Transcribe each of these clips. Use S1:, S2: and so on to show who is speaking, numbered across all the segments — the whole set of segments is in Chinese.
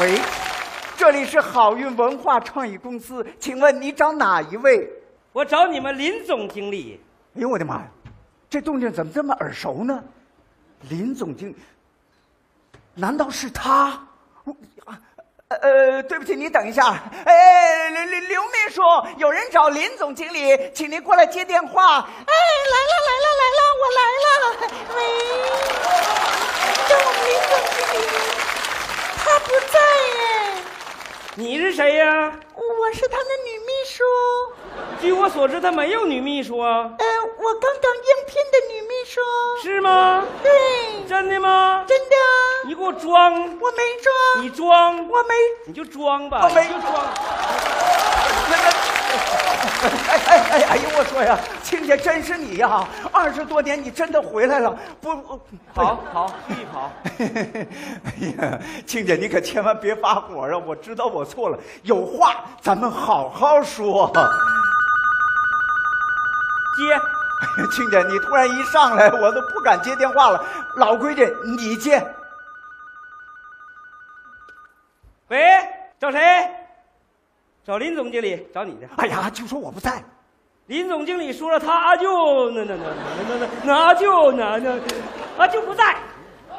S1: 喂，这里是好运文化创意公司，请问你找哪一位？
S2: 我找你们林总经理，
S1: 哎呦我的妈呀，这动静怎么这么耳熟呢？林总经，难道是他？我啊呃，对不起，你等一下。哎，刘刘刘秘书，有人找林总经理，请您过来接电话。哎，来了来了来了来了，我来了。喂，这我们林总经理他不在哎，
S2: 你是谁呀？
S1: 我是他的女秘书。
S2: 据我所知，他没有女秘书啊，
S1: 呃，我刚刚应聘的女秘书。
S2: 是吗？
S1: 对，
S2: 真的吗？
S1: 真的，
S2: 你给我装，
S1: 我没装，
S2: 你装，
S1: 我没。
S2: 你就装吧，
S1: 我没
S2: 你就装。
S1: 哎哎哎！哎呦，我说呀，亲家真是你呀！二十多年你真的回来了，不
S2: 跑跑，继续跑。
S1: 哎呀，亲家，你可千万别发火啊！我知道我错了，有话咱们好好说。
S2: 接，
S1: 亲家，你突然一上来，我都不敢接电话了。老规矩，你接。
S2: 喂，找谁？找林总经理，找你的。
S1: 哎呀，就说我不在，
S2: 林总经理说了，他阿舅那那那那那那阿舅那那阿舅不在，
S1: 啊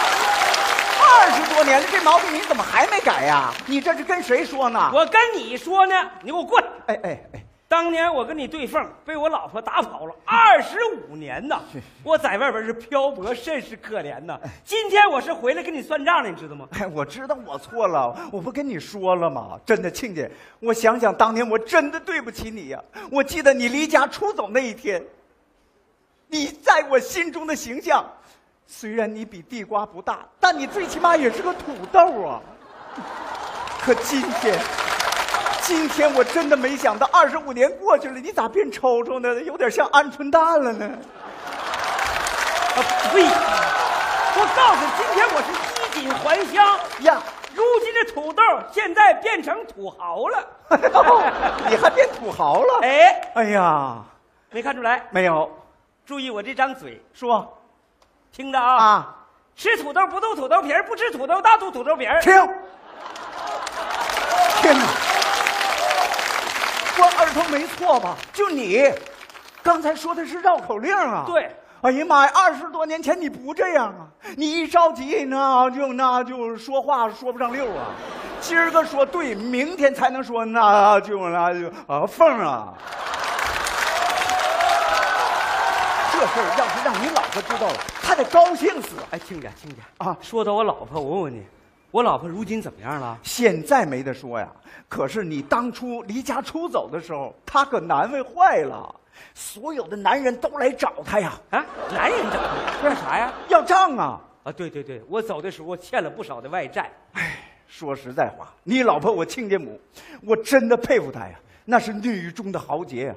S1: 二十多年了，这毛病你怎么还没改呀？你这是跟谁说呢？
S2: 我跟你说呢，你给我过来。
S1: 哎哎哎，
S2: 当年我跟你对缝，被我老婆打跑 了二十五年呐，我在外边是漂泊，甚是可怜呐。今天我是回来跟你算账的，你知道吗？
S1: 哎，我知道我错了，我不跟你说了吗？真的，亲家，我想想当年我真的对不起你呀、我记得你离家出走那一天，你在我心中的形象，虽然你比地瓜不大，但你最起码也是个土豆啊。可今天，今天我真的没想到，二十五年过去了，你咋变抽抽呢？有点像鹌鹑蛋了呢。
S2: 啊，呸！我告诉你，今天我是衣锦还乡，
S1: 呀，
S2: 如今的土豆现在变成土豪了。
S1: 哦 你还变土豪了？
S2: 哎，
S1: 哎呀，
S2: 没看出来？
S1: 没有，
S2: 注意我这张嘴，
S1: 说
S2: 听着啊！
S1: 啊。
S2: 吃土豆不吐土豆皮儿，不吃土豆大吐土豆皮儿。
S1: 停！天哪，我耳朵没错吧？就你，刚才说的是绕口令啊？
S2: 对。
S1: 哎呀妈呀！二十多年前你不这样啊！你一着急，那就那就说话说不上溜啊。今儿个说对，明天才能说，那就那就啊缝儿啊。这事儿要是让你老婆知道了，她得高兴死
S2: 哎，亲家，亲家
S1: 啊！
S2: 说到我老婆，我问问你，我老婆如今怎么样了？
S1: 现在没得说呀，可是你当初离家出走的时候，他可难为坏了。所有的男人都来找他呀，
S2: 啊，男人怎么了？干啥呀？
S1: 要账啊！
S2: 啊，对对对，我走的时候欠了不少的外债。
S1: 说实在话，你老婆我亲家母，我真的佩服她呀，那是女中的豪杰呀、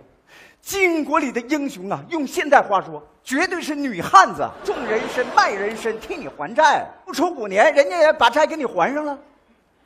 S1: 巾帼里的英雄啊！用现代话说，绝对是女汉子，重人参卖人参，替你还债。不出五年，人家也把债给你还上了。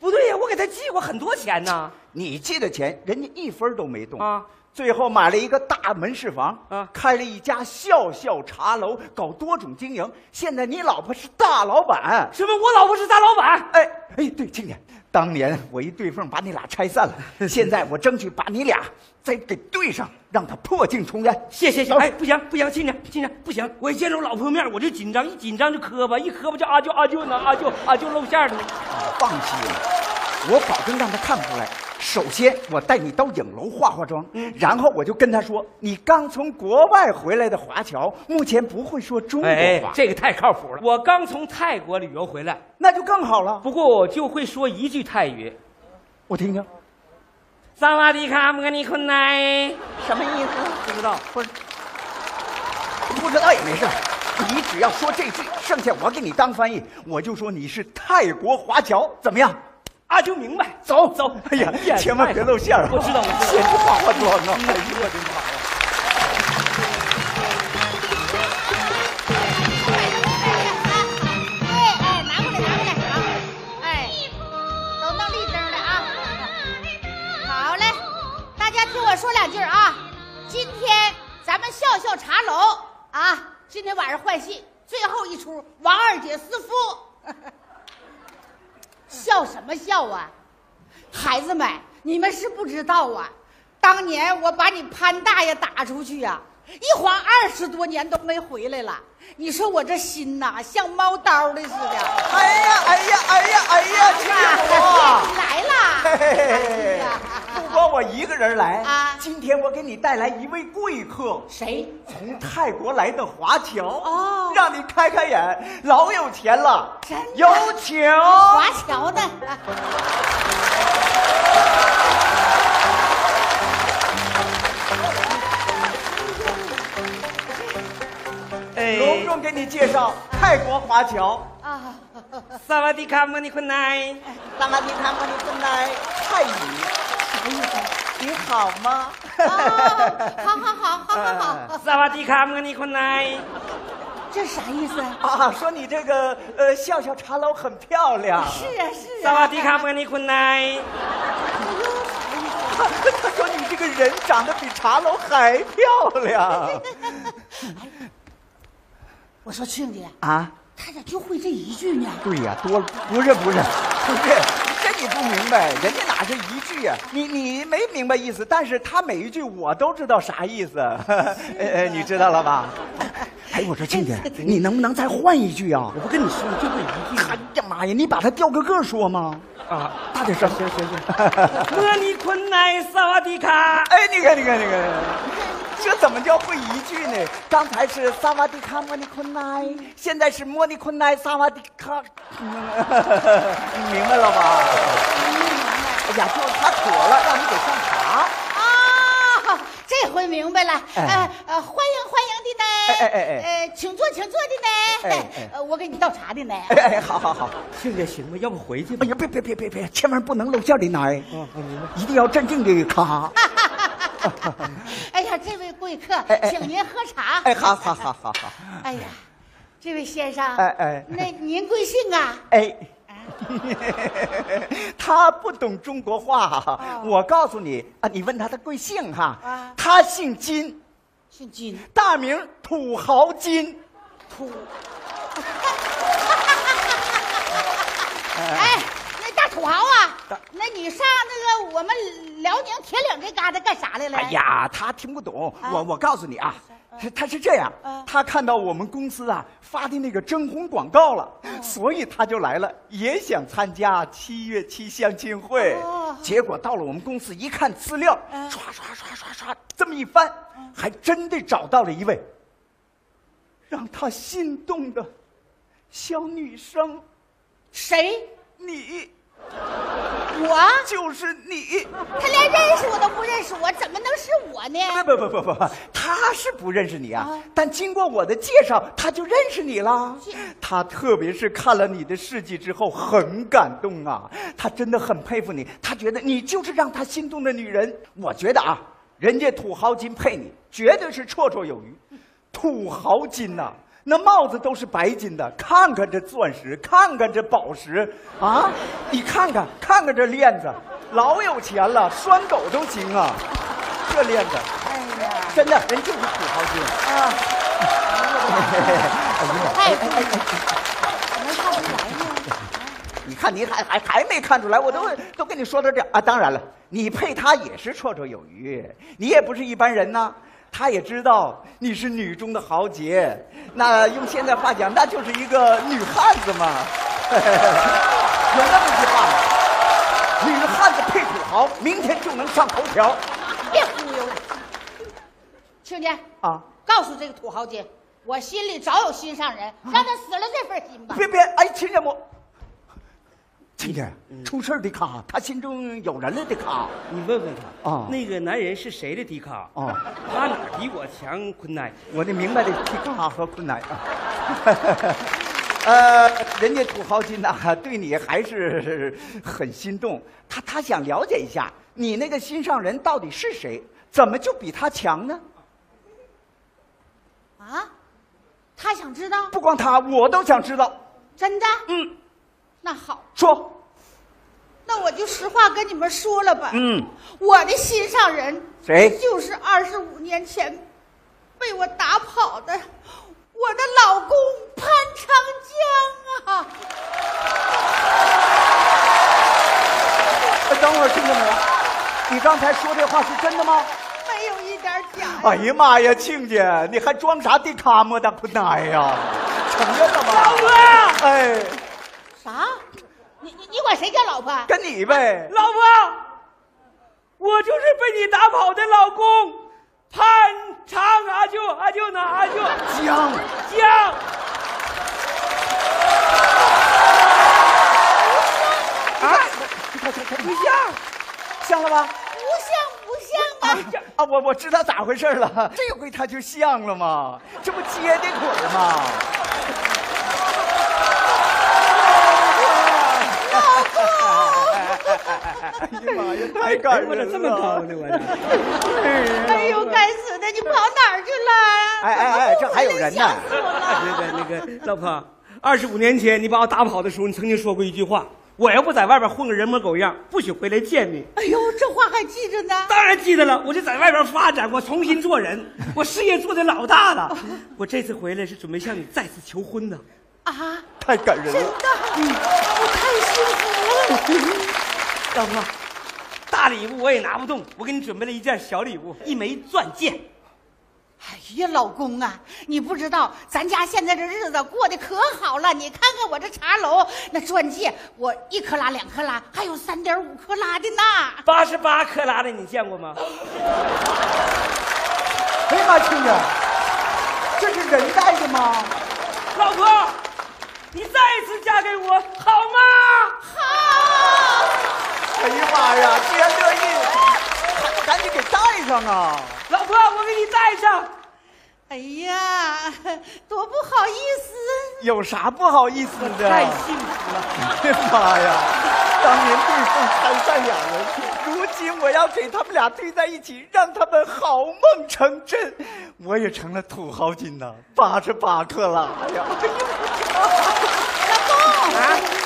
S2: 不对呀，我给他寄过很多钱呢。
S1: 你借的钱，人家一分都没动
S2: 啊。
S1: 最后买了一个大门市房，
S2: 啊
S1: 开了一家笑笑茶楼，搞多种经营。现在你老婆是大老板，
S2: 什么？我老婆是大老板？
S1: 哎哎，对，青年，当年我一对缝把你俩拆散 了，现在我争取把你俩再给对上，让他破镜重圆。
S2: 谢谢谢谢。
S1: 老
S2: 哎，不行不行，亲家亲家不行，我一见着我老婆面我就紧张，一紧张就磕巴，一磕巴就阿舅阿舅呢，阿舅阿舅露馅儿呢。
S1: 放心，我保证让他看不出来。首先，我带你到影楼化化妆，
S2: 嗯
S1: 然后我就跟他说，你刚从国外回来的华侨，目前不会说中国话，
S2: 哎这个太靠谱了。我刚从泰国旅游回来，
S1: 那就更好了。
S2: 不过我就会说一句泰语。
S1: 我听听，
S2: 萨瓦迪卡姆格尼坤奈，
S1: 什么意思？
S2: 不知道。
S1: 不是，不知道也没事儿。你只要说这句，剩下我给你当翻译，我就说你是泰国华侨，怎么样？
S2: 阿舅明白，
S1: 走
S2: 走。
S1: 哎呀，千万别露馅儿啊！
S2: 我知道，我知
S1: 先
S2: 道。
S1: 不化化妆呢。
S2: 哎呦我的妈呀！
S3: 哎哎哎，拿过来拿过来啊！哎，都弄立正的啊！好嘞，大家听我说两句啊。今天咱们笑笑茶楼啊，今天晚上换戏，最后一出王二姐私夫。么笑啊？孩子们，你们是不知道啊，当年我把你潘大爷打出去呀、一晃二十多年都没回来了。你说我这心呐、像猫刀的似的。
S1: 哎呀，哎呀，哎呀，哎呀，亲家母。
S3: 来啦！
S1: 嘿
S3: 哎
S1: 嘿嘿不光我一个人来
S3: 啊
S1: 今天我给你带来一位贵客，
S3: 谁？
S1: 从泰国来的华侨
S3: 哦
S1: 让你开开眼，老有钱了
S3: 真的，
S1: 有请
S3: 华侨的。
S1: 隆
S2: 哎，
S1: 重给你介绍泰国华侨，
S2: 哦
S3: 啊，
S2: 萨瓦迪卡莫尼坤奈，
S1: 萨瓦迪卡莫尼坤来泰语，
S3: 啥意思？
S1: 你好吗？
S3: 哦，好好好好好好，
S2: 萨瓦迪卡莫尼坤奈，
S3: 这啥意思？
S1: 啊，说你这个呃笑笑茶楼很漂亮，
S3: 是啊是啊。哎
S2: 萨瓦迪卡莫尼坤奈，
S3: 啊
S1: 他他 说你这个人长得比茶楼还漂亮
S3: 我说庆姐，
S1: 啊！
S3: 他咋就会这一句呢？
S1: 对呀、多不是不是不是，这你不明白，人家哪是一句呀、你你没明白意思，但是他每一句我都知道啥意思， 呃呃，你知道了吧？哎，我说庆 姐，你能不能再换一句啊
S2: 我？不跟你说，就这一句。
S1: 哎呀妈呀，你把它调个个说吗？
S2: 啊，
S1: 大点声，行行 行。
S2: 莫尼坤奈，萨瓦迪卡。
S1: 哎，你看，你看，你看，这怎么叫会一句呢？刚才是萨瓦迪卡莫尼坤奈，现在是莫尼坤奈萨瓦迪卡， 你明白了吧？哎呀，就是他妥了，让你给上茶。
S3: 啊，这回明白了。
S1: 哎
S3: 呃呃，欢迎欢迎的呢。
S1: 哎哎哎
S3: 呃，请坐请坐的
S1: 哎
S3: 呢。
S1: 哎
S3: 呃，我给你倒茶的呢。
S1: 哎哎，好好好。
S2: 庆姐行吗？要不回去吧
S1: 哎？呀，别别别别别，千万不能露馅儿的奶，
S2: 啊，我明白。
S1: 一定要镇静的
S3: 啊
S1: 咔。
S3: 哎呀，这位贵客
S1: 哎，哎
S3: 请您喝茶。
S1: 哎，好好好好好。
S3: 哎呀，这位先生，
S1: 哎哎
S3: 那您贵姓啊？
S1: 哎， 他不懂中国话，我告诉你啊，你问他的贵姓哈，
S3: 哦啊
S1: 他姓金，
S3: 姓金，
S1: 大名土豪金。
S3: 土。哎，那大土豪啊
S1: 大，
S3: 那你上那个我们辽宁铁岭这旮达干啥来了？
S1: 哎呀，他听不懂，
S3: 啊
S1: 我我告诉你啊
S3: 嗯。
S1: 是他是这样
S3: 嗯，
S1: 他看到我们公司啊发的那个征婚广告了，
S3: 啊
S1: 所以他就来了，也想参加七月七相亲会
S3: 哦。
S1: 结果到了我们公司一看资料，
S3: 嗯
S1: 刷刷刷刷刷，这么一翻，
S3: 啊
S1: 还真的找到了一位让他心动的小女生，
S3: 谁？
S1: 你
S3: 我？
S1: 就是你。
S3: 他连认识我都不认识我，怎么能是我呢？
S1: 不不不不不，他是不认识你啊，
S3: 啊
S1: 但经过我的介绍，他就认识你了
S3: 是。
S1: 他特别是看了你的事迹之后，很感动啊，他真的很佩服你，他觉得你就是让他心动的女人。我觉得啊，人家土豪金配你，绝对是绰绰有余。土豪金呐、那帽子都是白金的，看看这钻石，看看这宝石啊！你看看，看看这链子，老有钱了，拴狗都行啊！这链子，
S3: 哎呀，
S1: 真的，人就是土豪金啊！哎
S3: 太不容易了，怎么看不出来呢？
S1: 你看，你还还还没看出来，我都都跟你说到这儿啊！当然了，你配他也是绰绰有余，你也不是一般人呐、他也知道你是女中的豪杰，那用现在话讲，那就是一个女汉子嘛。 有那么一句话吗？女汉子配土豪，明天就能上头条
S3: 别忽悠了，青姐，
S1: 啊！
S3: 告诉这个土豪姐，我心里早有心上人，让他死了这份心
S1: 啊
S3: 吧。
S1: 别别，哎，亲家母，亲家，出事儿的卡，他心中有人了的卡。
S2: 你问问他
S1: 啊
S2: 那个男人是谁的迪卡？
S1: 哦
S2: 他哪儿比我强？坤奈，
S1: 我得明白的提卡和困难啊。 呃，人家土豪金呐、对你还是很心动，他他想了解一下你那个心上人到底是谁，怎么就比他强呢？
S3: 啊，他想知道
S1: 不光他，我都想知道。
S3: 真的？
S1: 嗯，
S3: 那好，
S1: 说，
S3: 那我就实话跟你们说了吧。
S1: 嗯，
S3: 我的心上人
S1: 谁
S3: 就是二十五年前被我打跑的我的老公潘长江啊！
S1: 呃等会儿，亲家母，你刚才说这话是真的吗？
S3: 没有一点假。
S1: 哎呀妈呀，亲家，你还装啥地卡莫大普奶呀？成了吧？
S2: 老婆，
S1: 哎，
S3: 啥？你你你管谁叫老婆？
S1: 跟你呗。
S2: 老婆，我就是被你打跑的老公，潘长阿舅，阿舅呢？阿舅，
S1: 姜，
S2: 江，不像，
S1: 像了吧？
S3: 不像不像吧？
S1: 啊啊！我我知道咋回事了，这回他就像了嘛，这不接的腿儿吗？哎呀妈呀，太感人
S2: 哎我
S1: 了！
S2: 咋这么高呢？我这。
S3: 哎呦，该死的，你跑哪儿去了？
S1: 哎哎哎，这还有人呢！
S2: 那个那个老婆，二十五年前你把我打跑的时候，你曾经说过一句话：我要不在外边混个人模狗样，不许回来见你。
S3: 哎呦，这话还记着呢。
S2: 当然记得了，我就在外边发展，我重新做人，我事业做的老大了。我这次回来是准备向你再次求婚的。
S3: 啊，
S1: 太感人
S3: 真
S1: 了！
S3: 的，我太幸福了。
S2: 老婆，大礼物我也拿不动，我给你准备了一件小礼物，一枚钻戒。
S3: 哎呀，老公啊，你不知道咱家现在这日子过得可好了。你看看我这茶楼那钻戒，我一克拉、两克拉，还有三点五克拉的呢。
S2: 八十八克拉的你见过吗？
S1: 哎呀妈，亲家，这是人带的吗？
S2: 老婆，你再次嫁给我好吗？
S3: 好，
S1: 哎呀妈呀，既然乐意，赶紧给带上啊！
S2: 老婆，我给你带上。
S3: 哎呀，多不好意思。
S1: 有啥不好意思的？
S2: 太幸福了。
S1: 哎呀妈呀！当年对凤钗上眼了，如今我要给他们俩对在一起，让他们好梦成真。我也成了土豪金呐，八十八克拉呀！
S3: 老公，你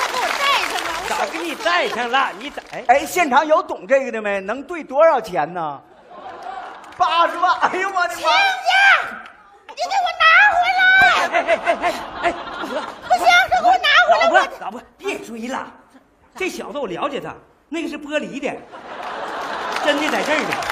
S3: 快给我带上啊！我
S2: 早给你带上了，你咋？哎，
S1: 哎，现场有懂这个的没？能兑多少钱呢？八十万！哎呦我的
S3: 亲家，你给我拿回来！
S2: 哎哎哎哎哎，
S3: 不行，这给我拿
S2: 老
S3: 回来！
S2: 婆老婆，别追了，这小子我了解他，那个是玻璃的，真的在这儿呢。